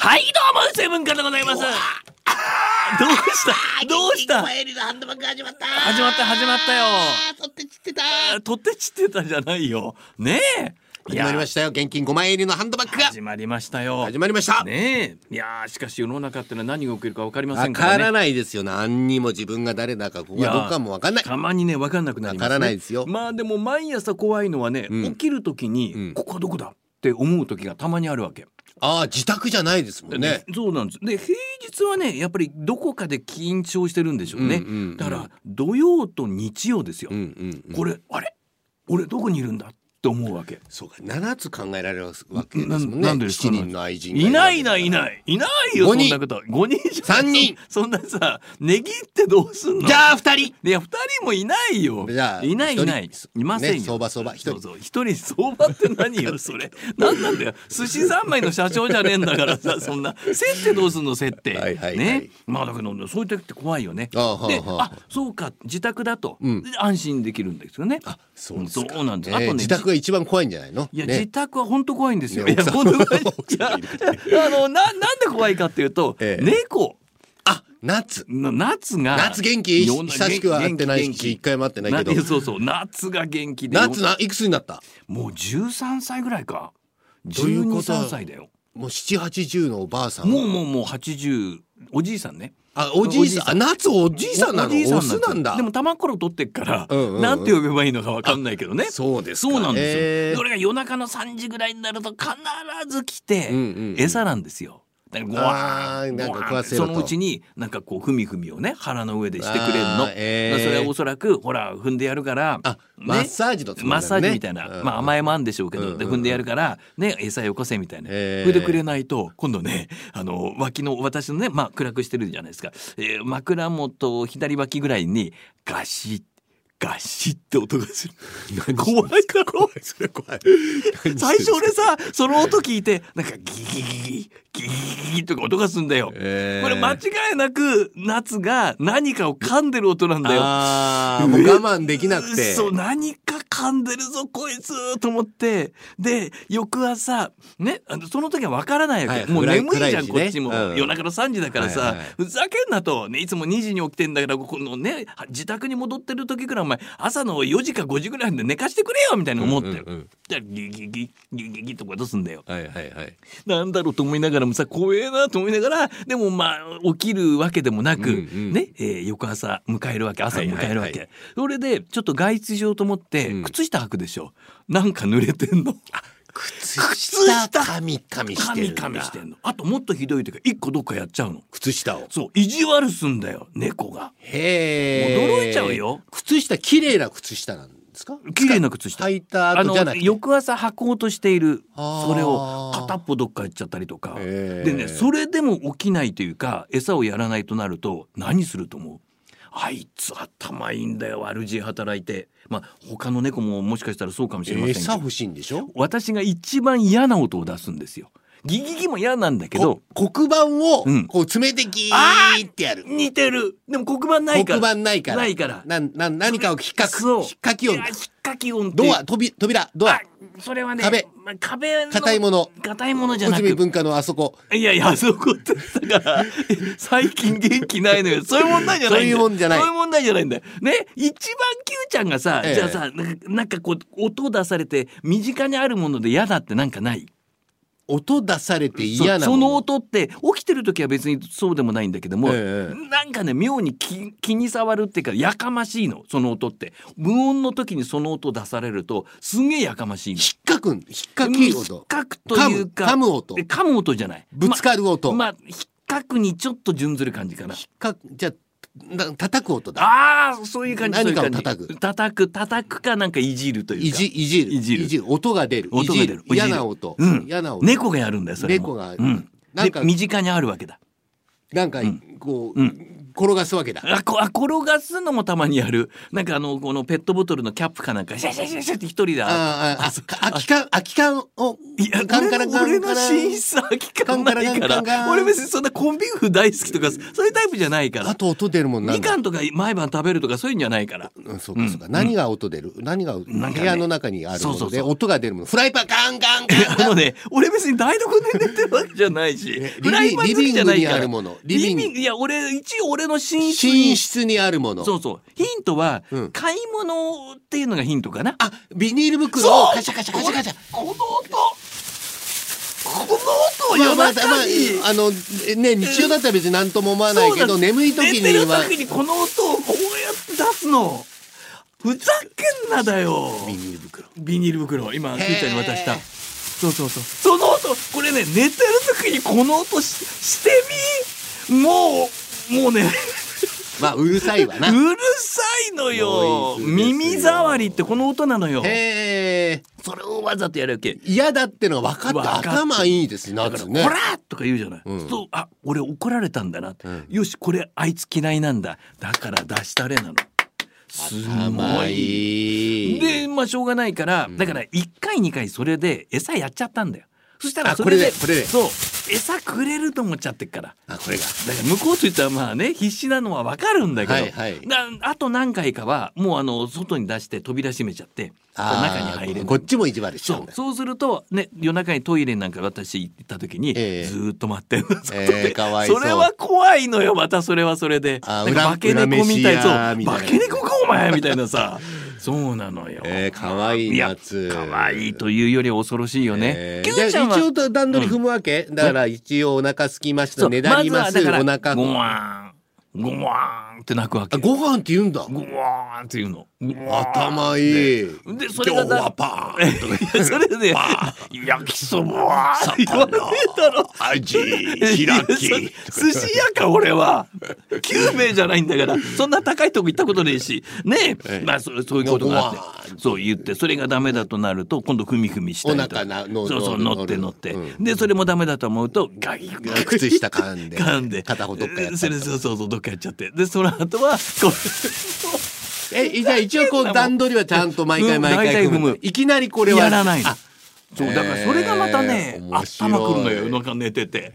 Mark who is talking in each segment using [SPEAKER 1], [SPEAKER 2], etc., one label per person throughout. [SPEAKER 1] はいどうもセブンからでございますどうしたどうした
[SPEAKER 2] エリのハンドバッグ始まった
[SPEAKER 1] 始まった始まったよ
[SPEAKER 2] 取って散ってた
[SPEAKER 1] 取って散ってたじゃないよねえい
[SPEAKER 2] 始
[SPEAKER 1] や
[SPEAKER 2] まりましたよ現金5万円入りのハンドバッグが
[SPEAKER 1] 始まりましたよ
[SPEAKER 2] 始まりました
[SPEAKER 1] ねえいやーしかし世の中ってのは何が起きるかわかりませ
[SPEAKER 2] わ
[SPEAKER 1] んから
[SPEAKER 2] か
[SPEAKER 1] ね
[SPEAKER 2] らないですよ何にも自分が誰だかここ
[SPEAKER 1] いや
[SPEAKER 2] がどこかもわかんない
[SPEAKER 1] たまにねわかんなくなります、ね、
[SPEAKER 2] わからないですよ
[SPEAKER 1] まあでも毎朝怖いのはね、
[SPEAKER 2] うん
[SPEAKER 1] 起きるときに、
[SPEAKER 2] うん
[SPEAKER 1] ここはどこだって思う時がたまにあるわけ。
[SPEAKER 2] ああ自宅じゃないですもんね
[SPEAKER 1] そうなんです。で平日はねやっぱりどこかで緊張してるんでしょうね。
[SPEAKER 2] うんうんうん
[SPEAKER 1] だから土曜と日曜ですよ。
[SPEAKER 2] うんうんうん
[SPEAKER 1] これあれ俺どこにいるんだって思うわけ。
[SPEAKER 2] そうか7つ考えられるわけです
[SPEAKER 1] な
[SPEAKER 2] もん
[SPEAKER 1] な
[SPEAKER 2] ね
[SPEAKER 1] んでですか
[SPEAKER 2] 7人の愛人が
[SPEAKER 1] いないい
[SPEAKER 2] わ
[SPEAKER 1] な
[SPEAKER 2] け
[SPEAKER 1] い
[SPEAKER 2] だ
[SPEAKER 1] い
[SPEAKER 2] か
[SPEAKER 1] ないいないよそ
[SPEAKER 2] 五
[SPEAKER 1] ん
[SPEAKER 2] 人
[SPEAKER 1] なこと5人じゃない
[SPEAKER 2] 三人
[SPEAKER 1] そんなさねぎってどうすんの
[SPEAKER 2] らじゃあ2人
[SPEAKER 1] いや二人もいないよ。
[SPEAKER 2] じゃあ
[SPEAKER 1] いないいない
[SPEAKER 2] 一。人
[SPEAKER 1] いませんよ。
[SPEAKER 2] ね相場相場一人
[SPEAKER 1] そうそう一人相場って何 よそれ。何なんだよ。寿司三昧の社長じゃねえんだから さそんな設定どうすんの設定。
[SPEAKER 2] はいはいはい
[SPEAKER 1] ね。まあだけどそういう時って怖いよね。で
[SPEAKER 2] あはあはあ
[SPEAKER 1] あそうか自宅だと
[SPEAKER 2] うん
[SPEAKER 1] 安心できるんですよね。あ
[SPEAKER 2] そうですか
[SPEAKER 1] なんです。
[SPEAKER 2] え
[SPEAKER 1] あと
[SPEAKER 2] ー
[SPEAKER 1] ね
[SPEAKER 2] 自宅が一番怖いんじゃないの
[SPEAKER 1] いや、
[SPEAKER 2] ね
[SPEAKER 1] 自宅は本当怖いんですよ。
[SPEAKER 2] ね
[SPEAKER 1] いや
[SPEAKER 2] 奥さん
[SPEAKER 1] 本当怖い。い
[SPEAKER 2] 奥さん
[SPEAKER 1] や
[SPEAKER 2] いる
[SPEAKER 1] あのななんで怖いかっていうと、
[SPEAKER 2] ええ
[SPEAKER 1] 猫
[SPEAKER 2] あ夏
[SPEAKER 1] の夏が
[SPEAKER 2] 夏元気
[SPEAKER 1] いろんな
[SPEAKER 2] 久しくは会ってない
[SPEAKER 1] 元気元気
[SPEAKER 2] し一回も会ってないけど
[SPEAKER 1] 夏そうそう夏が元気で
[SPEAKER 2] 夏ないくつになった
[SPEAKER 1] もう13歳ぐらいか
[SPEAKER 2] どういう
[SPEAKER 1] 12
[SPEAKER 2] こと
[SPEAKER 1] 3歳だよ
[SPEAKER 2] もう七八十のおばあさん
[SPEAKER 1] もうもうもう80おじいさんね
[SPEAKER 2] あおじいさんあ夏おじいさんなの
[SPEAKER 1] おじいさ
[SPEAKER 2] オ
[SPEAKER 1] にっ
[SPEAKER 2] ス
[SPEAKER 1] ちゃう
[SPEAKER 2] なんだ
[SPEAKER 1] でも玉ころ取ってっから、
[SPEAKER 2] うんうんうん
[SPEAKER 1] なんて呼べばいいのかわかんないけどね
[SPEAKER 2] そうですか
[SPEAKER 1] そうなんですよ、
[SPEAKER 2] へー
[SPEAKER 1] それが夜中の3時ぐらいになると必ず来て、
[SPEAKER 2] うんうんうん
[SPEAKER 1] 餌なんですよだからごわ
[SPEAKER 2] あ
[SPEAKER 1] ー
[SPEAKER 2] ー
[SPEAKER 1] ん
[SPEAKER 2] なんか
[SPEAKER 1] ごわーん
[SPEAKER 2] 食わせろ
[SPEAKER 1] そ
[SPEAKER 2] と
[SPEAKER 1] のうちになんかこうふみふみをね腹の上でしてくれるの、
[SPEAKER 2] あーえー
[SPEAKER 1] それはおそらくほら踏んでやるから
[SPEAKER 2] あ
[SPEAKER 1] ね
[SPEAKER 2] マッサージのつも
[SPEAKER 1] マ
[SPEAKER 2] りなのね
[SPEAKER 1] ッサージみたいな、
[SPEAKER 2] うん
[SPEAKER 1] まあ、甘えもあるんでしょうけど、
[SPEAKER 2] うんうんうん
[SPEAKER 1] で踏んでやるから、ね、餌よこせみたいな、
[SPEAKER 2] えー
[SPEAKER 1] それでくれないと今度ねあの脇の私のね、まあ、暗くしてるじゃないですか、えー枕元左脇ぐらいにガシッガシッって音がする怖いだろ
[SPEAKER 2] それ怖い
[SPEAKER 1] 最初俺さその音聞いてなんかギギギギギギギギとか音がするんだよ、
[SPEAKER 2] え
[SPEAKER 1] こ
[SPEAKER 2] ー
[SPEAKER 1] れ間違いなく夏が何かを噛んでる音なんだよ
[SPEAKER 2] あーもう我慢できなくて
[SPEAKER 1] そう何か噛んでるぞこいつと思ってで翌朝ねあのその時は分からないわけ、
[SPEAKER 2] はい
[SPEAKER 1] もう
[SPEAKER 2] 暗い
[SPEAKER 1] 眠いじゃん、
[SPEAKER 2] 暗いし
[SPEAKER 1] こ
[SPEAKER 2] ね
[SPEAKER 1] っちも、
[SPEAKER 2] うん
[SPEAKER 1] 夜中の3時だからさ、
[SPEAKER 2] はいはい
[SPEAKER 1] ふざけんなと、ね、いつも2時に起きてんだからここのね自宅に戻ってる時くらいお前朝の4時か5時ぐらいで寝かしてくれよみたいに思ってる、
[SPEAKER 2] うんうんうん
[SPEAKER 1] じゃあギギギギギギとかどうすんだよ
[SPEAKER 2] はいはいはい
[SPEAKER 1] なんだろうと思いながらもさ怖えなと思いながらでもまあ起きるわけでもなく、
[SPEAKER 2] うんうん
[SPEAKER 1] ね、えー翌朝迎えるわけ朝を迎えるわけ、
[SPEAKER 2] はいはいは
[SPEAKER 1] それでちょっと外出しようと思って
[SPEAKER 2] うん
[SPEAKER 1] 靴下履くでしょ、なんか濡れてんの
[SPEAKER 2] 靴
[SPEAKER 1] 下
[SPEAKER 2] 噛み噛み
[SPEAKER 1] カ
[SPEAKER 2] してる
[SPEAKER 1] ミ
[SPEAKER 2] んだ
[SPEAKER 1] カミしてんのあともっとひどい時は一個どっかやっちゃうの
[SPEAKER 2] 靴下を
[SPEAKER 1] そう意地悪すんだよ猫が
[SPEAKER 2] へー
[SPEAKER 1] 驚いちゃうよ
[SPEAKER 2] 靴下綺麗な靴下なんですか
[SPEAKER 1] 綺麗な靴下
[SPEAKER 2] 履いた
[SPEAKER 1] あ
[SPEAKER 2] 後
[SPEAKER 1] の
[SPEAKER 2] じゃなくて
[SPEAKER 1] 翌朝履こうとしている
[SPEAKER 2] あー
[SPEAKER 1] それを片っぽどっか行っちゃったりとか、
[SPEAKER 2] へー
[SPEAKER 1] でねそれでも起きないというか餌をやらないとなると何すると思うあいつ頭いいんだよ悪事働いてまあ他の猫ももしかしたらそうかもしれませんけ
[SPEAKER 2] 餌
[SPEAKER 1] ど
[SPEAKER 2] 欲しいんでしょ
[SPEAKER 1] 私が一番嫌な音を出すんですよギギギも嫌なんだけど
[SPEAKER 2] こ黒板を
[SPEAKER 1] うん
[SPEAKER 2] こう爪でギ
[SPEAKER 1] あー
[SPEAKER 2] ーってやる、
[SPEAKER 1] 似てるでも黒板ないか
[SPEAKER 2] 黒
[SPEAKER 1] ら
[SPEAKER 2] 板ないから
[SPEAKER 1] ないから
[SPEAKER 2] なんなん何かを引っかく
[SPEAKER 1] そう
[SPEAKER 2] 引っかき音
[SPEAKER 1] いや引っかき音って
[SPEAKER 2] ドア扉扉ドア
[SPEAKER 1] あそれはね
[SPEAKER 2] 壁
[SPEAKER 1] まあ壁の
[SPEAKER 2] 硬いもの
[SPEAKER 1] 硬いものじゃ
[SPEAKER 2] 小
[SPEAKER 1] なく
[SPEAKER 2] 泉文化のあそこ
[SPEAKER 1] いやいや、あそこって、だから、最近元気ないのよ。そういう問題じゃないんだよ。
[SPEAKER 2] そういうもんじゃない
[SPEAKER 1] そういう問題じゃないんだよ。ね、一番 Q ちゃんがさ、
[SPEAKER 2] ええ
[SPEAKER 1] じゃあさ、なんかなんかこう、音出されて、身近にあるもので嫌だってなんかない
[SPEAKER 2] 音出されて嫌な
[SPEAKER 1] そそ
[SPEAKER 2] も
[SPEAKER 1] の音って、起きてる時は別にそうでもないんだけども、
[SPEAKER 2] ええ
[SPEAKER 1] なんかね、妙に気気に障るっていうか、やかましいの、その音って。無音の時にその音出されると、すげえやかましいの。
[SPEAKER 2] 引っかくん引っかき音
[SPEAKER 1] かくというか、
[SPEAKER 2] 噛む噛む音
[SPEAKER 1] え噛む音じゃない。
[SPEAKER 2] ぶつかる音、
[SPEAKER 1] まあ、比較にちょっと準ずる感じかな
[SPEAKER 2] 引。っかくじゃあな叩く音だ
[SPEAKER 1] ああ、そういう感じ。
[SPEAKER 2] 何かを
[SPEAKER 1] そういう感じ
[SPEAKER 2] 叩く
[SPEAKER 1] 叩く、叩くかなんかいじるというか。
[SPEAKER 2] いじいじる
[SPEAKER 1] いじる
[SPEAKER 2] 音が出る
[SPEAKER 1] 音が出る
[SPEAKER 2] いじ嫌な音、
[SPEAKER 1] うん
[SPEAKER 2] 嫌な音、
[SPEAKER 1] 猫がやるんだよ、それも。
[SPEAKER 2] 猫が
[SPEAKER 1] うん。
[SPEAKER 2] なん
[SPEAKER 1] で
[SPEAKER 2] か
[SPEAKER 1] 身近にあるわけだ。
[SPEAKER 2] なんかこう、
[SPEAKER 1] う
[SPEAKER 2] こ転がすわけだ。
[SPEAKER 1] あこあ転がすのもたまにやるなんかあのこのペットボトルのキャップかなんかシャシャシャシャって一人で
[SPEAKER 2] ああ、あ、
[SPEAKER 1] そう
[SPEAKER 2] あ空き缶、空き缶を、
[SPEAKER 1] いや
[SPEAKER 2] カンカラ
[SPEAKER 1] 俺
[SPEAKER 2] カ
[SPEAKER 1] の俺
[SPEAKER 2] ン
[SPEAKER 1] の
[SPEAKER 2] カラ
[SPEAKER 1] 寝室空き缶ない
[SPEAKER 2] カ
[SPEAKER 1] か
[SPEAKER 2] ンカラカ
[SPEAKER 1] ら
[SPEAKER 2] ンカン
[SPEAKER 1] 俺別にそんなコンビーフ大好きとかそういうタイプじゃないから
[SPEAKER 2] あと音出るもんな
[SPEAKER 1] み
[SPEAKER 2] んだ
[SPEAKER 1] かんとか毎晩食べるとかそういうんじゃないから
[SPEAKER 2] うんそうかそうか。何が音出る何が、部
[SPEAKER 1] なんかね
[SPEAKER 2] 屋の中にある
[SPEAKER 1] そう
[SPEAKER 2] も
[SPEAKER 1] そう
[SPEAKER 2] の
[SPEAKER 1] そ
[SPEAKER 2] で、
[SPEAKER 1] う
[SPEAKER 2] 音が出るもの。フライパン、ガンガンガ ン
[SPEAKER 1] あのね俺別に台所で寝てるわけじゃないし
[SPEAKER 2] ね
[SPEAKER 1] フライパン好きじゃないから
[SPEAKER 2] リビングにあるもの
[SPEAKER 1] リ
[SPEAKER 2] リ
[SPEAKER 1] ビ
[SPEAKER 2] ビ
[SPEAKER 1] ン
[SPEAKER 2] ング
[SPEAKER 1] グいや俺一応俺の寝室に
[SPEAKER 2] 寝室にあるもの。
[SPEAKER 1] そうそうヒントは、
[SPEAKER 2] うん
[SPEAKER 1] 買い物っていうのがヒントかな
[SPEAKER 2] あ、ビニール袋を
[SPEAKER 1] そう
[SPEAKER 2] カシャカシャカシャカシャ。
[SPEAKER 1] この音この音夜
[SPEAKER 2] まあまあま
[SPEAKER 1] 中に、
[SPEAKER 2] あ、あの、ね、日曜だったら別に何とも思わないけ
[SPEAKER 1] そ
[SPEAKER 2] ど、
[SPEAKER 1] うだ
[SPEAKER 2] 眠い時
[SPEAKER 1] 寝て
[SPEAKER 2] に
[SPEAKER 1] る
[SPEAKER 2] は、
[SPEAKER 1] 時にこの音をこうやって出すのふざけんなだよ
[SPEAKER 2] ビニール袋。
[SPEAKER 1] ビニール袋今
[SPEAKER 2] へ
[SPEAKER 1] く
[SPEAKER 2] ー
[SPEAKER 1] ーちゃんに渡したそうそうそうその音これね寝てる時にこの音ししてみもうもうね
[SPEAKER 2] まあ、うるさいわ
[SPEAKER 1] う
[SPEAKER 2] な。
[SPEAKER 1] るさいのよ
[SPEAKER 2] ノイズですよ
[SPEAKER 1] 耳障りってこの音なのよ
[SPEAKER 2] へえ。
[SPEAKER 1] それをわざとやるわけ
[SPEAKER 2] 嫌だってのは分か
[SPEAKER 1] 分か
[SPEAKER 2] っ
[SPEAKER 1] ってて
[SPEAKER 2] 頭いいですね
[SPEAKER 1] だから
[SPEAKER 2] 夏
[SPEAKER 1] 「
[SPEAKER 2] ね
[SPEAKER 1] ほら!」とか言うじゃない、
[SPEAKER 2] うん
[SPEAKER 1] そうあ俺怒られたんだな、
[SPEAKER 2] うん
[SPEAKER 1] よしこれあいつ嫌いなんだだから出したれなのすご
[SPEAKER 2] 甘
[SPEAKER 1] い
[SPEAKER 2] い
[SPEAKER 1] でまあしょうがないから、だから1回2回それで餌やっちゃったんだよそしたら
[SPEAKER 2] あ
[SPEAKER 1] それで
[SPEAKER 2] これでこれで
[SPEAKER 1] そう餌くれると思っちゃってっから
[SPEAKER 2] あこれが
[SPEAKER 1] だから向こうといったらまあね必死なのはわかるんだけど、
[SPEAKER 2] はいはい
[SPEAKER 1] なあと何回かはもうあの外に出して扉閉めちゃって
[SPEAKER 2] あ
[SPEAKER 1] 中に
[SPEAKER 2] ー
[SPEAKER 1] 入れない
[SPEAKER 2] こっちも意地悪しちゃ
[SPEAKER 1] そううん
[SPEAKER 2] だ
[SPEAKER 1] そうすると、ね、夜中にトイレなんか私行った時に、
[SPEAKER 2] ええ
[SPEAKER 1] ずーっと待ってるの
[SPEAKER 2] ええ
[SPEAKER 1] 外で
[SPEAKER 2] かわいそう
[SPEAKER 1] それは怖いのよまたそれはそれでなん
[SPEAKER 2] あ
[SPEAKER 1] か
[SPEAKER 2] 裏
[SPEAKER 1] 化け猫みたい
[SPEAKER 2] 裏飯
[SPEAKER 1] そう
[SPEAKER 2] 屋みたいな
[SPEAKER 1] 化け猫かお前みたいなさそうなのよ、
[SPEAKER 2] えー可愛い
[SPEAKER 1] いや
[SPEAKER 2] 夏
[SPEAKER 1] 可愛いというより恐ろしいよね、
[SPEAKER 2] え
[SPEAKER 1] キ
[SPEAKER 2] ー
[SPEAKER 1] ューち
[SPEAKER 2] じ
[SPEAKER 1] ゃ
[SPEAKER 2] ゃ
[SPEAKER 1] んは
[SPEAKER 2] あ一応と段取り踏むわけだから一応お腹空きまし
[SPEAKER 1] そ
[SPEAKER 2] た
[SPEAKER 1] う
[SPEAKER 2] ねだります
[SPEAKER 1] ま
[SPEAKER 2] お
[SPEAKER 1] ずはだから
[SPEAKER 2] 腹
[SPEAKER 1] ごわーんごわーんって鳴くわけ
[SPEAKER 2] あ
[SPEAKER 1] ご
[SPEAKER 2] ご飯って言うんだ
[SPEAKER 1] わーんっていうのごわーん
[SPEAKER 2] 頭いい
[SPEAKER 1] でそれが
[SPEAKER 2] 今日は
[SPEAKER 1] パーンそれで焼きそばは言わねえだろ
[SPEAKER 2] ア ジ
[SPEAKER 1] いやそ寿司屋か俺は9名じゃないんだからそんな高いとこ行ったことねえしねえ、
[SPEAKER 2] ええ
[SPEAKER 1] まあそそういうことがあって
[SPEAKER 2] ごわ
[SPEAKER 1] そう言ってそれがダメだとなると今度ふみふみしたりとか
[SPEAKER 2] お腹なの
[SPEAKER 1] そうそう
[SPEAKER 2] の
[SPEAKER 1] 乗って乗って、
[SPEAKER 2] う
[SPEAKER 1] でそれもダメだと思うとガギガギ
[SPEAKER 2] 靴下噛んで
[SPEAKER 1] 噛んで
[SPEAKER 2] 片方どっかやったりとか
[SPEAKER 1] それそうそうそうどっかやっちゃってでその後はこ
[SPEAKER 2] えじゃあ一応こう段取りはちゃんと毎回毎
[SPEAKER 1] う
[SPEAKER 2] 回
[SPEAKER 1] ん
[SPEAKER 2] 踏
[SPEAKER 1] 毎回踏む
[SPEAKER 2] むいきなりこ
[SPEAKER 1] れ
[SPEAKER 2] れは
[SPEAKER 1] やらないの
[SPEAKER 2] あ
[SPEAKER 1] そうだからそれがまたね
[SPEAKER 2] えー面白い
[SPEAKER 1] 頭くるのよ夜中寝てて。
[SPEAKER 2] へ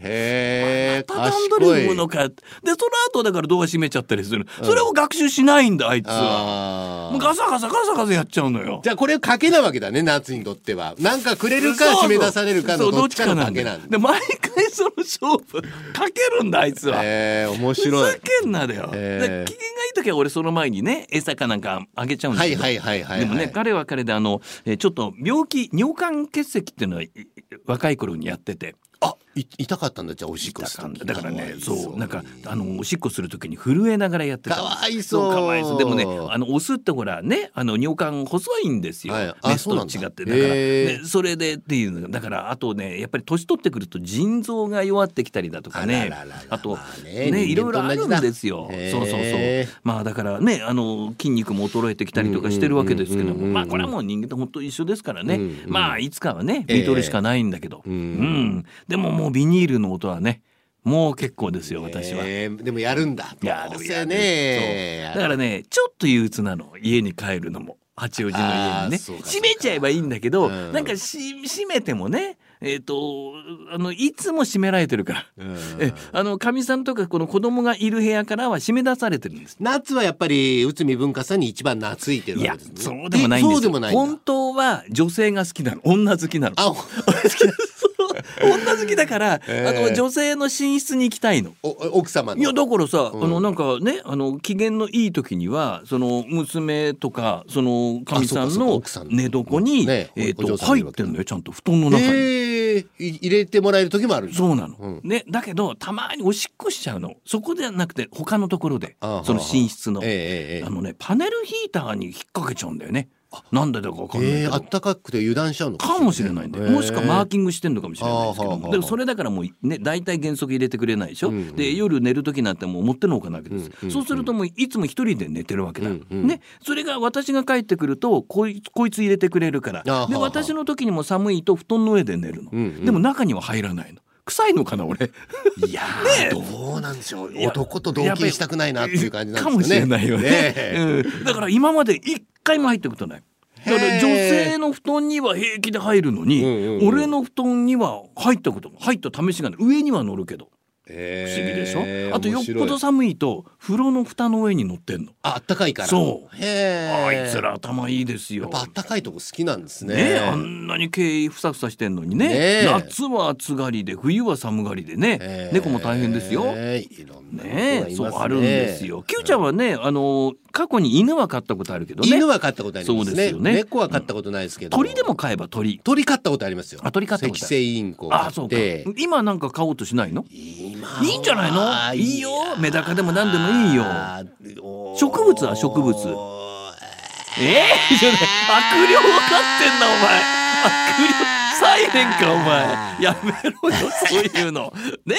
[SPEAKER 2] え
[SPEAKER 1] ただんどり
[SPEAKER 2] 賢
[SPEAKER 1] 踏む
[SPEAKER 2] い
[SPEAKER 1] のかでその後だから動画閉めちゃったりする、それを学習しないんだあいつは
[SPEAKER 2] あ
[SPEAKER 1] も
[SPEAKER 2] ー
[SPEAKER 1] うガサガサガサガサやっちゃうのよ
[SPEAKER 2] じゃあこれを賭けなわけだね夏にとってはなんかくれるか締め出されるか
[SPEAKER 1] そ
[SPEAKER 2] の
[SPEAKER 1] うそう
[SPEAKER 2] どっちかの賭けな
[SPEAKER 1] どっ
[SPEAKER 2] ん
[SPEAKER 1] ちか
[SPEAKER 2] だ
[SPEAKER 1] で毎回その勝負かけるんだあいつは、
[SPEAKER 2] えー、面
[SPEAKER 1] ふ
[SPEAKER 2] 白
[SPEAKER 1] ざ
[SPEAKER 2] い
[SPEAKER 1] けんなだよ、
[SPEAKER 2] へー
[SPEAKER 1] だから機嫌がいい時は俺その前にね餌かなんかあげちゃうんだ
[SPEAKER 2] は
[SPEAKER 1] け
[SPEAKER 2] い
[SPEAKER 1] ど、
[SPEAKER 2] はいはいはいはい
[SPEAKER 1] でもね彼は彼であのえーちょっと病気尿管結石っていうのはいい若い頃にやってて
[SPEAKER 2] あい痛かったんだじゃあおしっこする時
[SPEAKER 1] だからね
[SPEAKER 2] かわい
[SPEAKER 1] そうなんか
[SPEAKER 2] に
[SPEAKER 1] あのおしっこする時に震えながらやってた
[SPEAKER 2] かわいそう
[SPEAKER 1] かわいそうでもねあのオスってほらねあの尿管細いんですよ、
[SPEAKER 2] はいあ
[SPEAKER 1] メス
[SPEAKER 2] そ
[SPEAKER 1] と
[SPEAKER 2] う
[SPEAKER 1] 違
[SPEAKER 2] な
[SPEAKER 1] っ
[SPEAKER 2] んだ
[SPEAKER 1] てだから
[SPEAKER 2] へー
[SPEAKER 1] ねそれでっていうのがだからあとねやっぱり年取ってくると腎臓が弱ってきたりだとかね
[SPEAKER 2] あらららら
[SPEAKER 1] あと
[SPEAKER 2] まあ
[SPEAKER 1] ね
[SPEAKER 2] ね
[SPEAKER 1] い
[SPEAKER 2] 人
[SPEAKER 1] ろいろ
[SPEAKER 2] 間と
[SPEAKER 1] あ
[SPEAKER 2] 同じだ
[SPEAKER 1] るんですよ
[SPEAKER 2] へー
[SPEAKER 1] そうそうそうまあだからねあの筋肉も衰えてきたりとかしてるわけですけど
[SPEAKER 2] うんうんうん
[SPEAKER 1] も
[SPEAKER 2] うん
[SPEAKER 1] まあこれはもう人間と本当一緒ですからね
[SPEAKER 2] うんうん
[SPEAKER 1] まあいつかはね見とるしかないんだけど、
[SPEAKER 2] え
[SPEAKER 1] う
[SPEAKER 2] ーうんん
[SPEAKER 1] でももうビニールの音はねもう結構ですよ私は。
[SPEAKER 2] えーでもやるんだ
[SPEAKER 1] やる
[SPEAKER 2] どう
[SPEAKER 1] や
[SPEAKER 2] せ
[SPEAKER 1] る
[SPEAKER 2] ね
[SPEAKER 1] だからねちょっと憂鬱なの家に帰るのも八王子の家にね
[SPEAKER 2] あーそうか
[SPEAKER 1] 閉めちゃえばいいんだけど、
[SPEAKER 2] うん
[SPEAKER 1] なんかし閉めてもねえっ、とあのいつも閉められてるから。
[SPEAKER 2] うん
[SPEAKER 1] えあのかみさんとかこの子供がいる部屋からは締め出されてるんです。
[SPEAKER 2] 夏はやっぱり内海文化さんに一番懐いてる
[SPEAKER 1] い
[SPEAKER 2] わ
[SPEAKER 1] や
[SPEAKER 2] けですね
[SPEAKER 1] そうでもないんです
[SPEAKER 2] えそうでもないんだ
[SPEAKER 1] 本当は女性が好きなの女好きなの
[SPEAKER 2] あ
[SPEAKER 1] 女好きだから、
[SPEAKER 2] えー
[SPEAKER 1] あの女性の寝室に行きたいの。
[SPEAKER 2] おお奥様の
[SPEAKER 1] いやだからさ、
[SPEAKER 2] うん
[SPEAKER 1] あのなんかねあの機嫌のいい時にはその娘とかそのかみさ
[SPEAKER 2] あ
[SPEAKER 1] ん
[SPEAKER 2] そうかそうか
[SPEAKER 1] の
[SPEAKER 2] 奥さんの
[SPEAKER 1] 寝床に、
[SPEAKER 2] ね
[SPEAKER 1] えっ
[SPEAKER 2] お
[SPEAKER 1] と
[SPEAKER 2] 嬢さんい
[SPEAKER 1] 入
[SPEAKER 2] る
[SPEAKER 1] っ
[SPEAKER 2] わ
[SPEAKER 1] て
[SPEAKER 2] け
[SPEAKER 1] んのよちゃんと布団の中に。
[SPEAKER 2] えーい入れてもらえる時もあるんだ
[SPEAKER 1] そうなの、
[SPEAKER 2] う
[SPEAKER 1] ねだけどたまにおしっこしちゃうのそこではなくて他のところで
[SPEAKER 2] ああ
[SPEAKER 1] その寝室の、
[SPEAKER 2] ええええ
[SPEAKER 1] あのねパネルヒーターに引っ掛けちゃうんだよねなんでだかわかんないけ
[SPEAKER 2] え
[SPEAKER 1] ど、
[SPEAKER 2] ーあったかくて油断しちゃうの
[SPEAKER 1] かもしれないんで、
[SPEAKER 2] えー
[SPEAKER 1] もしくはマーキングしてんのかもしれないですけど
[SPEAKER 2] あーはあは
[SPEAKER 1] も
[SPEAKER 2] あ
[SPEAKER 1] でもそれだからもうね大体原則入れてくれないでしょ、
[SPEAKER 2] うんうん
[SPEAKER 1] で夜寝る時なんてもう持ってのほかなわけです、
[SPEAKER 2] うんうんうん
[SPEAKER 1] そうするともういつも一人で寝てるわけだ、
[SPEAKER 2] うんうん
[SPEAKER 1] ねそれが私が帰ってくるとこいつこいつ入れてくれるから
[SPEAKER 2] あーはあ
[SPEAKER 1] で
[SPEAKER 2] はあ
[SPEAKER 1] 私の時にも寒いと布団の上で寝るの、
[SPEAKER 2] うんうん
[SPEAKER 1] でも中には入らないの臭いのかな俺
[SPEAKER 2] いやー、どうなんでしょう男と同居したくないなっていう感じなんです
[SPEAKER 1] かもしれないよね
[SPEAKER 2] え
[SPEAKER 1] うんだから今まで一回も入ったことないだから
[SPEAKER 2] へ
[SPEAKER 1] 女
[SPEAKER 2] ー
[SPEAKER 1] 性の布団には平気で入るのに、
[SPEAKER 2] うんうんうん
[SPEAKER 1] 俺の布団には入ったことも入った試しがない上には乗るけど不
[SPEAKER 2] え
[SPEAKER 1] 思議でしょ、
[SPEAKER 2] えー
[SPEAKER 1] あとよっぽ
[SPEAKER 2] 面
[SPEAKER 1] ど
[SPEAKER 2] 白い
[SPEAKER 1] 寒いと風呂の蓋の上に乗ってんの
[SPEAKER 2] ああったかいから
[SPEAKER 1] そう
[SPEAKER 2] へー
[SPEAKER 1] あいつら頭いいですよ
[SPEAKER 2] やっぱあったかいとこ好きなんですね
[SPEAKER 1] ねあんなに毛ふさふさしてんのにね
[SPEAKER 2] ねえ
[SPEAKER 1] 夏は暑がりで冬は寒がりでね、
[SPEAKER 2] えー
[SPEAKER 1] 猫も大変ですよ。ね
[SPEAKER 2] えーいろんなことがい
[SPEAKER 1] え
[SPEAKER 2] ますね
[SPEAKER 1] そうあるんですよ。キューちゃんはね、あの過去に犬は飼ったことあるけどね
[SPEAKER 2] 犬。は飼ったことあります
[SPEAKER 1] そう
[SPEAKER 2] ね
[SPEAKER 1] ですよね
[SPEAKER 2] 猫は飼ったことないですけど、
[SPEAKER 1] 鳥でも飼えば鳥。
[SPEAKER 2] 鳥飼ったことありますよ
[SPEAKER 1] あ鳥飼ったことある
[SPEAKER 2] 赤星インコ
[SPEAKER 1] あ
[SPEAKER 2] 飼
[SPEAKER 1] あそ
[SPEAKER 2] っ
[SPEAKER 1] うか
[SPEAKER 2] て。
[SPEAKER 1] 今なんか飼おうとしないの？
[SPEAKER 2] 今
[SPEAKER 1] いいんじゃないの
[SPEAKER 2] はい
[SPEAKER 1] いよメダカでも何でもいいよ
[SPEAKER 2] あーおー
[SPEAKER 1] 植物は植物ええ じゃない。悪霊を飼ってんなお前。悪霊サイレンかお前。やめろ よそういうの。ね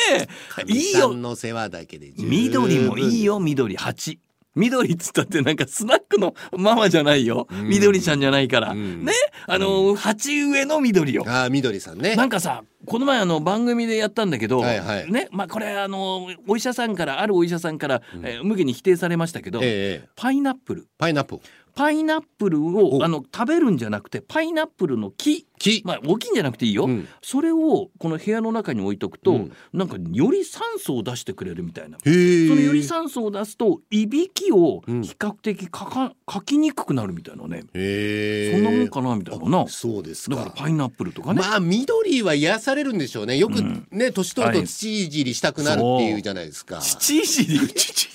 [SPEAKER 1] えいい
[SPEAKER 2] 神さ
[SPEAKER 1] よ
[SPEAKER 2] んの世話だけで十分
[SPEAKER 1] 緑もいいよ緑蜂緑っつったってなんかスナックのママじゃないよ、
[SPEAKER 2] ん
[SPEAKER 1] 緑ちゃんじゃないから、
[SPEAKER 2] うん
[SPEAKER 1] ねあの、鉢植えの緑よ
[SPEAKER 2] あー緑さんね
[SPEAKER 1] なんかさこの前あの番組でやったんだけど、
[SPEAKER 2] はいはい
[SPEAKER 1] ねまあ、これあのお医者さんからあるお医者さんから、えー無限に否定されましたけど、
[SPEAKER 2] ええ
[SPEAKER 1] パイナップル
[SPEAKER 2] パイナップル
[SPEAKER 1] パイナップルを
[SPEAKER 2] お
[SPEAKER 1] あの食べるんじゃなくてパイナップルの木、
[SPEAKER 2] 木、
[SPEAKER 1] まあ、大きいんじゃなくていいよ、
[SPEAKER 2] うん
[SPEAKER 1] それをこの部屋の中に置いとくと、
[SPEAKER 2] うん
[SPEAKER 1] なんかより酸素を出してくれるみたいな
[SPEAKER 2] へえ
[SPEAKER 1] そのより酸素を出すといびきを
[SPEAKER 2] うん
[SPEAKER 1] 比較的かか書きにくくなるみたいなね、
[SPEAKER 2] へえ
[SPEAKER 1] そんなもんかなみたいななだ
[SPEAKER 2] そうです
[SPEAKER 1] から
[SPEAKER 2] か
[SPEAKER 1] パイナップルとかね、
[SPEAKER 2] まあ緑は癒されるんでしょうねよく
[SPEAKER 1] うん
[SPEAKER 2] ね、年取ると
[SPEAKER 1] はい
[SPEAKER 2] 土いじりしたくなるっていうじゃないですか、
[SPEAKER 1] 父いじり父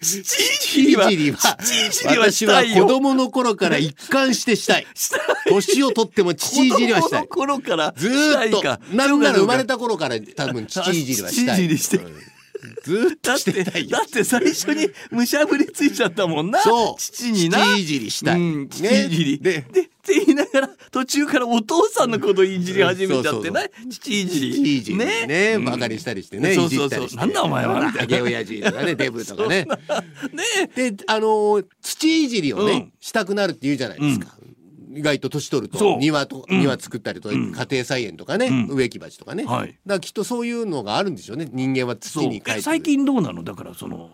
[SPEAKER 2] 土
[SPEAKER 1] い
[SPEAKER 2] い
[SPEAKER 1] じりは
[SPEAKER 2] じりは
[SPEAKER 1] 土いじりはし
[SPEAKER 2] 私
[SPEAKER 1] た
[SPEAKER 2] はい子
[SPEAKER 1] よ
[SPEAKER 2] 供の頃から一貫してしたい
[SPEAKER 1] した
[SPEAKER 2] 年を取っても土いじりはしたい
[SPEAKER 1] 子供の頃から
[SPEAKER 2] ずーっ
[SPEAKER 1] したいか
[SPEAKER 2] となんなら生まれ
[SPEAKER 1] た
[SPEAKER 2] た頃から多分父いじりはしたい
[SPEAKER 1] 父いじりして
[SPEAKER 2] うんずーっ
[SPEAKER 1] だ
[SPEAKER 2] と
[SPEAKER 1] っ
[SPEAKER 2] しててたいよ
[SPEAKER 1] だって最初にむしゃぶりついちゃったもんな
[SPEAKER 2] そう
[SPEAKER 1] 父にな
[SPEAKER 2] 父いじりしたい、
[SPEAKER 1] うん、父
[SPEAKER 2] ね
[SPEAKER 1] いじり、
[SPEAKER 2] で
[SPEAKER 1] でって言いながら途中からお父さんのこといじり始めちゃってね父いじり
[SPEAKER 2] 父いじりねね
[SPEAKER 1] うん
[SPEAKER 2] バカにしたりしてね、
[SPEAKER 1] そう
[SPEAKER 2] いじ
[SPEAKER 1] そう
[SPEAKER 2] った
[SPEAKER 1] そう
[SPEAKER 2] りして
[SPEAKER 1] なんだお前はみた
[SPEAKER 2] ハ
[SPEAKER 1] いな
[SPEAKER 2] ゲ親父とかねデブとかね
[SPEAKER 1] ね
[SPEAKER 2] であのー土いじりをね、
[SPEAKER 1] うん
[SPEAKER 2] したくなるって言うじゃないですか、意外と年取る
[SPEAKER 1] そ
[SPEAKER 2] と
[SPEAKER 1] う
[SPEAKER 2] 庭と、
[SPEAKER 1] うん
[SPEAKER 2] 庭作ったりとか、
[SPEAKER 1] ん
[SPEAKER 2] 家庭菜園とかね、
[SPEAKER 1] うん
[SPEAKER 2] 植木鉢とかね、
[SPEAKER 1] はい
[SPEAKER 2] だからきっとそういうのがあるんでしょうね人間は
[SPEAKER 1] そう
[SPEAKER 2] 土に帰って
[SPEAKER 1] え最近どうなのだからその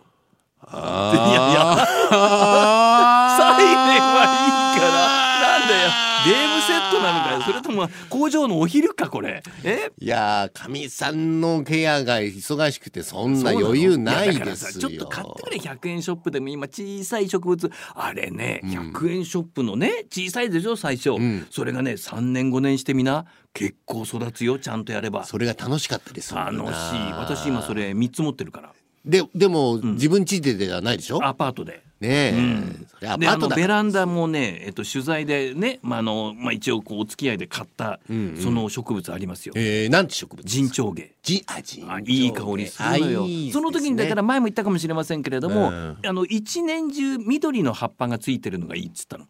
[SPEAKER 2] あ
[SPEAKER 1] いやいや
[SPEAKER 2] あ
[SPEAKER 1] サイレンはいいからなんだよゲームセットなのかよそれとも工場のお昼かこれえ
[SPEAKER 2] いやー、かみさんのケアが忙しくて、そんな
[SPEAKER 1] そうの
[SPEAKER 2] 余裕ない
[SPEAKER 1] やだから
[SPEAKER 2] で
[SPEAKER 1] さ
[SPEAKER 2] す
[SPEAKER 1] ちょ
[SPEAKER 2] よ。
[SPEAKER 1] っと買ってくれ100円ショップでも今小さい植物あれね
[SPEAKER 2] うん
[SPEAKER 1] 100円ショップのね小さいでしょ最初、
[SPEAKER 2] ん
[SPEAKER 1] それがね3年5年してみな結構育つよちゃんとやれば
[SPEAKER 2] それが楽しかったでするんだ
[SPEAKER 1] 楽しい
[SPEAKER 2] な
[SPEAKER 1] 私今それ3つ持ってるから
[SPEAKER 2] で、でも、自分ちでではないでしょ
[SPEAKER 1] アパートで。
[SPEAKER 2] ねえ、
[SPEAKER 1] うん
[SPEAKER 2] それアパ
[SPEAKER 1] であ
[SPEAKER 2] ー
[SPEAKER 1] の
[SPEAKER 2] トだか
[SPEAKER 1] ベ
[SPEAKER 2] ら。
[SPEAKER 1] ランダもね、えっと、取材でね、まああのまあ、一応こうお付き合いで買った
[SPEAKER 2] んうん
[SPEAKER 1] その植物ありますよ、
[SPEAKER 2] えー、なんて植物
[SPEAKER 1] 人長芸。
[SPEAKER 2] じあ、じ
[SPEAKER 1] あいい香りするのよその時にだから前も言ったかもしれませんけれども、
[SPEAKER 2] うん
[SPEAKER 1] あの一年中緑の葉っぱがついてるのがいいっつったの。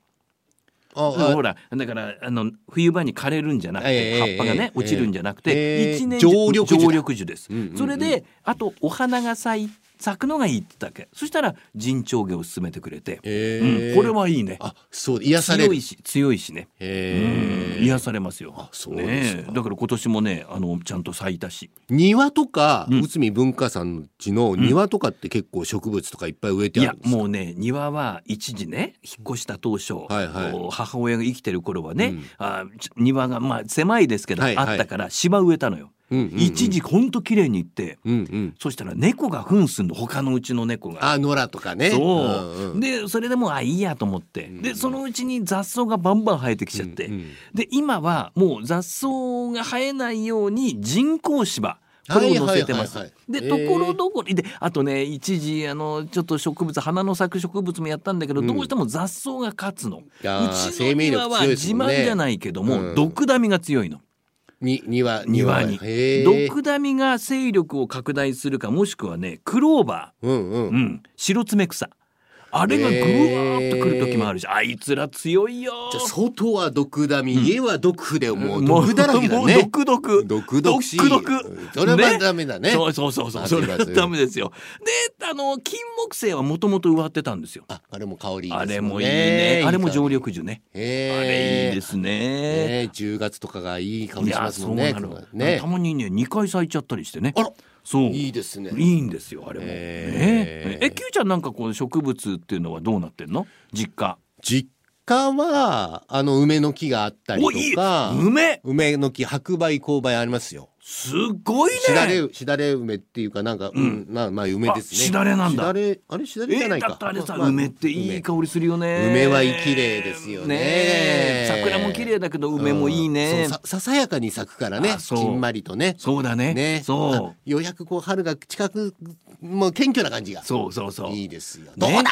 [SPEAKER 2] あ
[SPEAKER 1] ほらだからあの冬場に枯れるんじゃなくて、
[SPEAKER 2] ええ
[SPEAKER 1] 葉っぱがね、
[SPEAKER 2] ええ
[SPEAKER 1] 落ちるんじゃなく
[SPEAKER 2] え
[SPEAKER 1] て、
[SPEAKER 2] え
[SPEAKER 1] 一年
[SPEAKER 2] 常緑樹だ
[SPEAKER 1] 常緑樹です、
[SPEAKER 2] うんうんうん
[SPEAKER 1] それであとお花が咲い咲くのがいいって言ったわけそしたら人長芸を勧めてくれて、う
[SPEAKER 2] え
[SPEAKER 1] ん、これは、いいね
[SPEAKER 2] あ、そう、癒され
[SPEAKER 1] 強
[SPEAKER 2] る。
[SPEAKER 1] いし強いしね、
[SPEAKER 2] え
[SPEAKER 1] うん癒されますよ
[SPEAKER 2] あそうですか
[SPEAKER 1] ねえだから今年もねあのちゃんと咲いたし
[SPEAKER 2] 庭とか、
[SPEAKER 1] うん
[SPEAKER 2] 内海文化さんの家の庭とかって結構植物とかいっぱい植えて
[SPEAKER 1] い
[SPEAKER 2] あ
[SPEAKER 1] や
[SPEAKER 2] るんですか
[SPEAKER 1] もうね庭は一時ね引っ越した当初、
[SPEAKER 2] はいはい
[SPEAKER 1] こう母親が生きてる頃はね、
[SPEAKER 2] うん
[SPEAKER 1] あち庭がまあ狭いですけど、
[SPEAKER 2] はいはい
[SPEAKER 1] あったから芝植えたのよ、
[SPEAKER 2] うんうんうん
[SPEAKER 1] 一時ほんと綺麗にいって
[SPEAKER 2] うんうん。
[SPEAKER 1] そしたら猫が糞すんの他のうちの猫が。
[SPEAKER 2] あ、野良とかね。
[SPEAKER 1] そう、
[SPEAKER 2] んん
[SPEAKER 1] でそれでもうあいいやと思って、
[SPEAKER 2] ん
[SPEAKER 1] でそのうちに雑草がバンバン生えてきちゃって、
[SPEAKER 2] うんうん
[SPEAKER 1] で今はもう雑草が生えないように人工芝これを載せてます
[SPEAKER 2] はいはい。はい
[SPEAKER 1] で
[SPEAKER 2] はい
[SPEAKER 1] ところどころであとね一時あのちょっと植物花の咲く植物もやったんだけど、
[SPEAKER 2] うん
[SPEAKER 1] どうしても雑草が勝つの。うち
[SPEAKER 2] やー
[SPEAKER 1] の
[SPEAKER 2] 生命
[SPEAKER 1] 庭
[SPEAKER 2] 力
[SPEAKER 1] は
[SPEAKER 2] 強いで
[SPEAKER 1] 自
[SPEAKER 2] すもんね
[SPEAKER 1] 慢じゃないけども、
[SPEAKER 2] うん
[SPEAKER 1] 毒ダミが強いの
[SPEAKER 2] に庭
[SPEAKER 1] 庭に。
[SPEAKER 2] へー
[SPEAKER 1] 毒ダミが勢力を拡大するかもしくはねクローバ
[SPEAKER 2] うんう
[SPEAKER 1] ー、
[SPEAKER 2] ん。
[SPEAKER 1] うん、白爪草あれがぐわーっとくる時もあるし、あいつら強いよ
[SPEAKER 2] じゃあ外は毒ダミ、家は毒婦でもう
[SPEAKER 1] もう
[SPEAKER 2] 毒だらけだ
[SPEAKER 1] もう
[SPEAKER 2] ね。
[SPEAKER 1] 毒毒
[SPEAKER 2] 毒々しい
[SPEAKER 1] 毒々
[SPEAKER 2] それは
[SPEAKER 1] ね
[SPEAKER 2] ダメだね。
[SPEAKER 1] そうそうそうそうそれはダメですよであの金木犀はもともと植わってたんですよ
[SPEAKER 2] あ、あれも香りいいです
[SPEAKER 1] あれもいい
[SPEAKER 2] ね
[SPEAKER 1] ねあれも常
[SPEAKER 2] 料。
[SPEAKER 1] 緑樹ねあ
[SPEAKER 2] へー
[SPEAKER 1] れいいですね
[SPEAKER 2] ね10月とかがいい香
[SPEAKER 1] い
[SPEAKER 2] りし
[SPEAKER 1] や
[SPEAKER 2] ます
[SPEAKER 1] そ
[SPEAKER 2] も
[SPEAKER 1] うん
[SPEAKER 2] ね。
[SPEAKER 1] なの
[SPEAKER 2] ね
[SPEAKER 1] たまにね2回咲いちゃったりしてね
[SPEAKER 2] あら、
[SPEAKER 1] そう
[SPEAKER 2] いいですね。
[SPEAKER 1] いいんですよあれも、
[SPEAKER 2] へー
[SPEAKER 1] ねえ Q ちゃんなんかこう植物っていうのはどうなってんの実家
[SPEAKER 2] 実家は、あの、梅の木があったり
[SPEAKER 1] おいい
[SPEAKER 2] とか、
[SPEAKER 1] 梅
[SPEAKER 2] 梅の木、白梅、紅梅ありますよ。
[SPEAKER 1] すごいね
[SPEAKER 2] しだれ、しだれ梅っていうか、なんか、うん、まあ、まあ、梅ですね。
[SPEAKER 1] あしだれなんだ
[SPEAKER 2] しだれ、あれ、しだ
[SPEAKER 1] え
[SPEAKER 2] れじゃないか。
[SPEAKER 1] だってあれさ、
[SPEAKER 2] まあ
[SPEAKER 1] 梅っていい香りするよね
[SPEAKER 2] 梅は綺麗ですよね
[SPEAKER 1] え桜も綺麗だけど梅もいいね、
[SPEAKER 2] うんそうさささやかに咲くからね
[SPEAKER 1] あそう
[SPEAKER 2] じんまりとね
[SPEAKER 1] そうだね
[SPEAKER 2] ね
[SPEAKER 1] そ
[SPEAKER 2] あようやくこう春が近くもう謙虚な感じが
[SPEAKER 1] うそうそうそう
[SPEAKER 2] いいですよ、ど
[SPEAKER 1] ね
[SPEAKER 2] うだ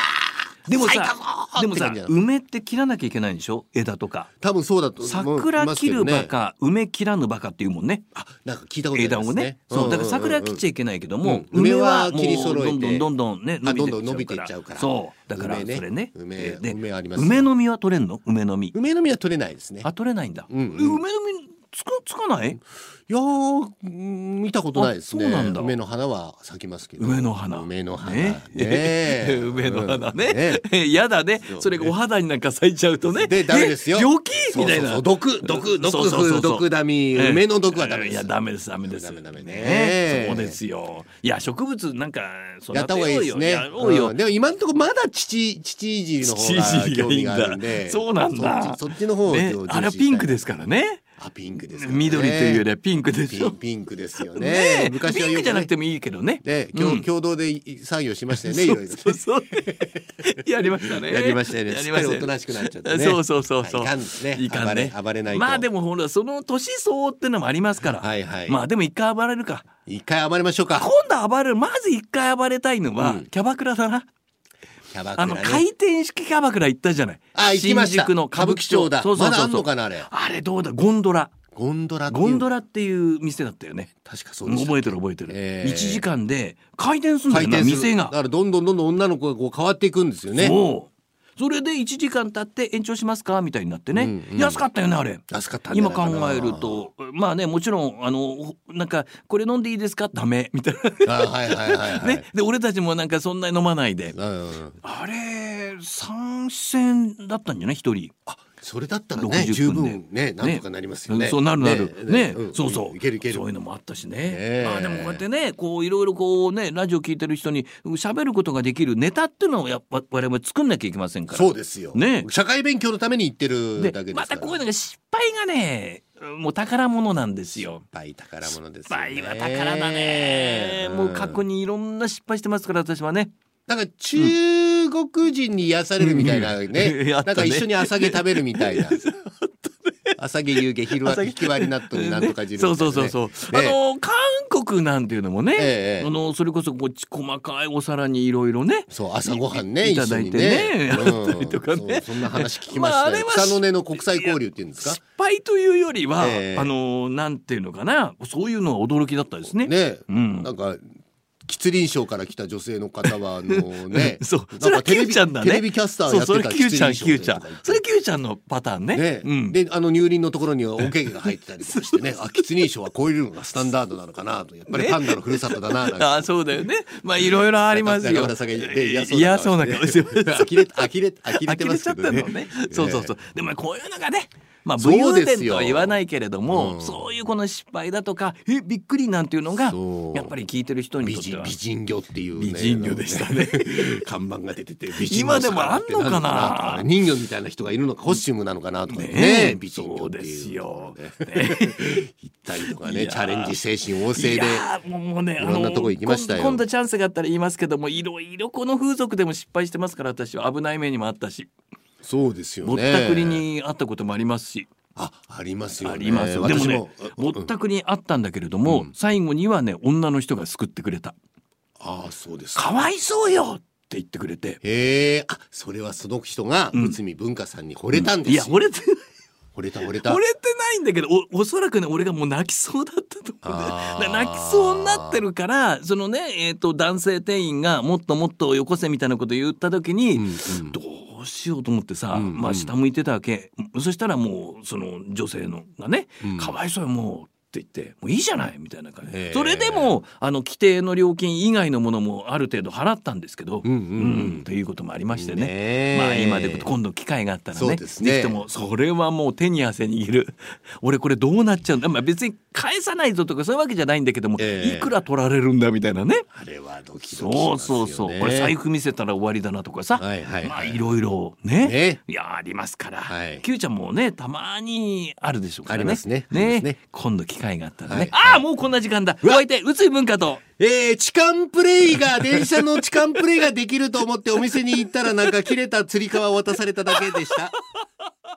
[SPEAKER 1] でも
[SPEAKER 2] 咲いた
[SPEAKER 1] さ
[SPEAKER 2] ぞーって
[SPEAKER 1] でもさ
[SPEAKER 2] 感じなの
[SPEAKER 1] 梅って切らなきゃいけないんでしょ枝とか
[SPEAKER 2] 多分そうだと思い
[SPEAKER 1] 桜
[SPEAKER 2] ます
[SPEAKER 1] 切
[SPEAKER 2] けど
[SPEAKER 1] る
[SPEAKER 2] ね
[SPEAKER 1] バカ、梅切らぬバカっていうもんね
[SPEAKER 2] あなんか聞いたことあり
[SPEAKER 1] 枝
[SPEAKER 2] ま
[SPEAKER 1] を
[SPEAKER 2] す
[SPEAKER 1] ね
[SPEAKER 2] ね、
[SPEAKER 1] そうだから桜は切っちゃいけないけども、梅はもうどんどんどんどんね
[SPEAKER 2] あどんどん
[SPEAKER 1] 伸
[SPEAKER 2] 伸
[SPEAKER 1] び
[SPEAKER 2] び
[SPEAKER 1] て
[SPEAKER 2] て
[SPEAKER 1] い
[SPEAKER 2] い
[SPEAKER 1] っ
[SPEAKER 2] っ
[SPEAKER 1] ち
[SPEAKER 2] ち
[SPEAKER 1] ゃ
[SPEAKER 2] ゃ
[SPEAKER 1] う
[SPEAKER 2] う
[SPEAKER 1] か
[SPEAKER 2] からら
[SPEAKER 1] そうだから
[SPEAKER 2] 梅ね
[SPEAKER 1] それね
[SPEAKER 2] 梅
[SPEAKER 1] えーで
[SPEAKER 2] 梅ありますよ
[SPEAKER 1] 梅の実は取れんの梅の実
[SPEAKER 2] 梅の実は取れないですね
[SPEAKER 1] あ取れないんだ、
[SPEAKER 2] うんうん
[SPEAKER 1] え梅の実つかつかない
[SPEAKER 2] いやーうん見たことないですね。
[SPEAKER 1] あそうなんだ
[SPEAKER 2] 梅の花は咲きますけど。
[SPEAKER 1] 梅の花
[SPEAKER 2] 梅の花。
[SPEAKER 1] ね
[SPEAKER 2] ね え
[SPEAKER 1] 梅の花ね,、
[SPEAKER 2] うん ね
[SPEAKER 1] やだね
[SPEAKER 2] そうね
[SPEAKER 1] それがお肌になんか咲いちゃうとね
[SPEAKER 2] でダメですよ
[SPEAKER 1] え病気みたい
[SPEAKER 2] そうそうそ
[SPEAKER 1] な
[SPEAKER 2] う毒毒毒
[SPEAKER 1] そうそうそうそう
[SPEAKER 2] 毒ダミ
[SPEAKER 1] ええ
[SPEAKER 2] 梅の毒はダメです
[SPEAKER 1] いやダメですダメです
[SPEAKER 2] ダメダメね
[SPEAKER 1] そうですよいや植物なんか育てようよ
[SPEAKER 2] やった方がいいですね。
[SPEAKER 1] やろうよ、
[SPEAKER 2] うんでも今のところまだ父父いじりの方が興味があるん
[SPEAKER 1] 父いじりがいいん
[SPEAKER 2] で。
[SPEAKER 1] だそうなんだ
[SPEAKER 2] そっちそっちの方を
[SPEAKER 1] ね
[SPEAKER 2] 重視し、たい
[SPEAKER 1] あれはピンクですからね
[SPEAKER 2] あピンクですよね。
[SPEAKER 1] 緑というよりはピンクでし
[SPEAKER 2] ピ
[SPEAKER 1] ょ
[SPEAKER 2] ンピンクですよ
[SPEAKER 1] ね
[SPEAKER 2] ね。
[SPEAKER 1] え
[SPEAKER 2] 昔は
[SPEAKER 1] ピン
[SPEAKER 2] よ
[SPEAKER 1] クじゃ
[SPEAKER 2] く
[SPEAKER 1] な
[SPEAKER 2] ね
[SPEAKER 1] くてもいいけどね
[SPEAKER 2] で
[SPEAKER 1] う
[SPEAKER 2] 共
[SPEAKER 1] ん
[SPEAKER 2] 共同でい作業しましたよねいろいろね。
[SPEAKER 1] そうそう やりましたね
[SPEAKER 2] やりましたよね。
[SPEAKER 1] や
[SPEAKER 2] す
[SPEAKER 1] り
[SPEAKER 2] っ
[SPEAKER 1] ま
[SPEAKER 2] か
[SPEAKER 1] し
[SPEAKER 2] り
[SPEAKER 1] た
[SPEAKER 2] お
[SPEAKER 1] よ
[SPEAKER 2] となしくなっちゃって ね。
[SPEAKER 1] そうそうそうそう
[SPEAKER 2] いかんですね。
[SPEAKER 1] いかんね
[SPEAKER 2] 暴れ暴れないと。
[SPEAKER 1] まあでもほらその年相応ってのもありますから、
[SPEAKER 2] はいはい。
[SPEAKER 1] まあでも一回暴れるか
[SPEAKER 2] 一回暴れましょうか。
[SPEAKER 1] 今度暴れるまず一回暴れたいのは、
[SPEAKER 2] うん
[SPEAKER 1] キャバクラだな
[SPEAKER 2] キャバク
[SPEAKER 1] あ
[SPEAKER 2] ラ
[SPEAKER 1] の
[SPEAKER 2] ね。
[SPEAKER 1] 回転式キャバクラ行ったじゃない
[SPEAKER 2] あ行きました
[SPEAKER 1] 新宿の歌舞伎町
[SPEAKER 2] 歌舞伎町だ
[SPEAKER 1] そうそうそうそう
[SPEAKER 2] まだあんのかなあれ
[SPEAKER 1] あれどうだゴンドラ
[SPEAKER 2] ゴンドラっていう。
[SPEAKER 1] ゴンドラっていう店だったよね
[SPEAKER 2] 確かそうでした。
[SPEAKER 1] 覚えてる覚えてる、
[SPEAKER 2] ええ
[SPEAKER 1] 1時間で回転するんだ
[SPEAKER 2] 回
[SPEAKER 1] よな
[SPEAKER 2] 転する
[SPEAKER 1] 店が
[SPEAKER 2] だからどんどんどんどん女の子がこう変わっていくんですよね。
[SPEAKER 1] そうそれで1時間経って延長しますかみたいになってね、
[SPEAKER 2] うんうん
[SPEAKER 1] 安かったよねあれ
[SPEAKER 2] 安かったんじゃ
[SPEAKER 1] 今
[SPEAKER 2] ない
[SPEAKER 1] 考
[SPEAKER 2] かな
[SPEAKER 1] える。とまあねもちろんあのなんかこれ飲んでいいですかダメみたい
[SPEAKER 2] あはいはいはい
[SPEAKER 1] な
[SPEAKER 2] はい。
[SPEAKER 1] ね。で俺たちもなんかそんなに飲まないで
[SPEAKER 2] うん。
[SPEAKER 1] あれ三戦だったんじゃない一人
[SPEAKER 2] あそれだったら
[SPEAKER 1] 60分
[SPEAKER 2] ね
[SPEAKER 1] で
[SPEAKER 2] 十分ねなんとかなりますよね。
[SPEAKER 1] そうなるなるね
[SPEAKER 2] うん
[SPEAKER 1] そうそう
[SPEAKER 2] いけるいける
[SPEAKER 1] そうい。うのもあったしね、
[SPEAKER 2] え
[SPEAKER 1] まあでもこうやってねこういろいろこうねラジオ聞いてる人に喋ることができるネタっていうのをやっぱ我々作んなきゃいけませんから
[SPEAKER 2] そうですよ。
[SPEAKER 1] ね
[SPEAKER 2] 社会勉強のために行ってるだけですか
[SPEAKER 1] ま
[SPEAKER 2] ら。
[SPEAKER 1] たこういうのが失敗がねもう宝物なんですよ。
[SPEAKER 2] いっぱい宝物です
[SPEAKER 1] 失
[SPEAKER 2] よね。
[SPEAKER 1] 敗は宝だね、
[SPEAKER 2] ん
[SPEAKER 1] もう過去にいろんな失敗してますから私はね
[SPEAKER 2] なんか中国人に癒されるみたいな
[SPEAKER 1] う
[SPEAKER 2] ね,、
[SPEAKER 1] んうん
[SPEAKER 2] な
[SPEAKER 1] あっ
[SPEAKER 2] ん
[SPEAKER 1] たね
[SPEAKER 2] か一緒に朝毛食べるみ たいな朝毛夕毛昼は引き割り納豆になんとか汁
[SPEAKER 1] そ
[SPEAKER 2] み
[SPEAKER 1] う
[SPEAKER 2] たい
[SPEAKER 1] そ
[SPEAKER 2] な
[SPEAKER 1] うそう
[SPEAKER 2] ね
[SPEAKER 1] そう、
[SPEAKER 2] ね
[SPEAKER 1] あの韓国なんていうのもね、
[SPEAKER 2] ええ
[SPEAKER 1] あのそれこそこうち細かいお皿にいろいろね
[SPEAKER 2] そう朝ごはんね
[SPEAKER 1] いい
[SPEAKER 2] 一緒に
[SPEAKER 1] いただい
[SPEAKER 2] ね
[SPEAKER 1] てねあったりとかね
[SPEAKER 2] そうそんな話聞きました
[SPEAKER 1] まあ
[SPEAKER 2] よ、
[SPEAKER 1] あれは
[SPEAKER 2] 草の根の国際交流っていうんですか
[SPEAKER 1] 失敗というよりは、
[SPEAKER 2] ええ
[SPEAKER 1] あのなんていうのかなそういうのは驚きだったですね。
[SPEAKER 2] ね、
[SPEAKER 1] うん
[SPEAKER 2] なんか吉林省から来た女性の方はあのね
[SPEAKER 1] そう
[SPEAKER 2] なんか
[SPEAKER 1] それは
[SPEAKER 2] テレ
[SPEAKER 1] Q
[SPEAKER 2] ビ
[SPEAKER 1] ちゃんだね
[SPEAKER 2] テレビキャスター
[SPEAKER 1] そ
[SPEAKER 2] や
[SPEAKER 1] う
[SPEAKER 2] って
[SPEAKER 1] それ
[SPEAKER 2] た
[SPEAKER 1] Q ちゃん
[SPEAKER 2] 吉林
[SPEAKER 1] Q
[SPEAKER 2] 省
[SPEAKER 1] ちゃ
[SPEAKER 2] と
[SPEAKER 1] ん
[SPEAKER 2] か言って
[SPEAKER 1] それ Q ちゃんのパターンね
[SPEAKER 2] ね
[SPEAKER 1] うん、
[SPEAKER 2] であの乳輪のところにはおけけが入ってたりとかしてねあキツネ賞はこういうのがスタンダードなのかなとやっぱりパンダのふるさとだななんて
[SPEAKER 1] ああそうだよねまあいろいろありますよ
[SPEAKER 2] 中村さんが嫌そう
[SPEAKER 1] 嫌そうな顔してます
[SPEAKER 2] 呆れ呆れ呆れて
[SPEAKER 1] 呆
[SPEAKER 2] ま
[SPEAKER 1] れちゃ
[SPEAKER 2] す
[SPEAKER 1] っ
[SPEAKER 2] け
[SPEAKER 1] た
[SPEAKER 2] どね
[SPEAKER 1] のね。そうそうそう。でもこういうのがね、まあ
[SPEAKER 2] そ
[SPEAKER 1] 武
[SPEAKER 2] う
[SPEAKER 1] 勇
[SPEAKER 2] ですよ
[SPEAKER 1] 伝とは言わないけれども、そう,、
[SPEAKER 2] うん
[SPEAKER 1] いうこの失敗だとか、えびっくりなんていうのが
[SPEAKER 2] そう
[SPEAKER 1] やっぱり聞いてる人に
[SPEAKER 2] 美
[SPEAKER 1] とって
[SPEAKER 2] 人
[SPEAKER 1] は
[SPEAKER 2] 美人魚っていう、
[SPEAKER 1] 美人魚でしたね。
[SPEAKER 2] 看板が出てて美人
[SPEAKER 1] 今でもあんのかな
[SPEAKER 2] 魚とか人魚みたいな人がいるのかコスチュームなのかなとかね
[SPEAKER 1] ねえ
[SPEAKER 2] 美人魚
[SPEAKER 1] そう
[SPEAKER 2] って
[SPEAKER 1] で
[SPEAKER 2] いう
[SPEAKER 1] すよ。
[SPEAKER 2] 行ったりとか
[SPEAKER 1] い
[SPEAKER 2] ね
[SPEAKER 1] やー
[SPEAKER 2] チャレンジ精神旺盛
[SPEAKER 1] い
[SPEAKER 2] で
[SPEAKER 1] やーもうもうね、
[SPEAKER 2] いろんなとこ行きましたよ
[SPEAKER 1] あの今今度チャンスがあったら言いますけども、いろいろこの風俗でも失敗してますから、私は危ない目にもあったし、
[SPEAKER 2] そうですよ
[SPEAKER 1] ぼったくりにあったこともありますし。
[SPEAKER 2] あありますよね
[SPEAKER 1] ありますよでも
[SPEAKER 2] 私
[SPEAKER 1] ねぼ
[SPEAKER 2] も
[SPEAKER 1] ったくりあったんだけれども、最後にはね女の人が救ってくれた
[SPEAKER 2] ああそうで
[SPEAKER 1] 「
[SPEAKER 2] す
[SPEAKER 1] かわいそうよ!」って言ってくれて
[SPEAKER 2] へえあそれはその人が内海文化さんに惚れたんで
[SPEAKER 1] いや
[SPEAKER 2] すよ、
[SPEAKER 1] 惚れて
[SPEAKER 2] 惚れた惚れた
[SPEAKER 1] 惚れてないんだけどおおそらくね俺がもう泣きそうだったと思うんだよ
[SPEAKER 2] あー
[SPEAKER 1] だから泣きそうになってるからそのね、えー、と男性店員がもっともっとよこせみたいなこと言った時に、
[SPEAKER 2] うんうん
[SPEAKER 1] どうしようと思ってさ、
[SPEAKER 2] うんうん
[SPEAKER 1] まあ、下向いてたわけそしたらもうその女性のがね「
[SPEAKER 2] うん
[SPEAKER 1] かわいそうよもう」って言って「もういいじゃない」みたいな感じ、
[SPEAKER 2] へー
[SPEAKER 1] それでもあの規定の料金以外のものもある程度払ったんですけど、
[SPEAKER 2] うんうん
[SPEAKER 1] うんということもありましてね。
[SPEAKER 2] ねえ
[SPEAKER 1] まあ今で今度機会があったら
[SPEAKER 2] そう
[SPEAKER 1] ね
[SPEAKER 2] ですね
[SPEAKER 1] ぜひともそれはもう手に汗握る 俺これどうなっちゃうんだ、まあ、別に返さないぞとかそういうわけじゃないんだけども、
[SPEAKER 2] ええ
[SPEAKER 1] いくら取られるんだみたいなね
[SPEAKER 2] あれはドキドキし
[SPEAKER 1] そう
[SPEAKER 2] ますよ
[SPEAKER 1] そう
[SPEAKER 2] ね。
[SPEAKER 1] そう、これ財布見せたら終わりだなとかさ、
[SPEAKER 2] はいはいはい
[SPEAKER 1] まあいろいろね
[SPEAKER 2] ね
[SPEAKER 1] いやありますから、
[SPEAKER 2] はい
[SPEAKER 1] キューちゃんもねたまにあるでしょうからね
[SPEAKER 2] ありますねありま
[SPEAKER 1] ね
[SPEAKER 2] すね
[SPEAKER 1] 今度機会があったらね、
[SPEAKER 2] はい
[SPEAKER 1] ああもうこんな時間だお相手宇津井文化と
[SPEAKER 2] えー、痴漢プレイが、電車の痴漢プレイができると思ってお店に行ったらなんか切れた釣り革を渡されただけでした。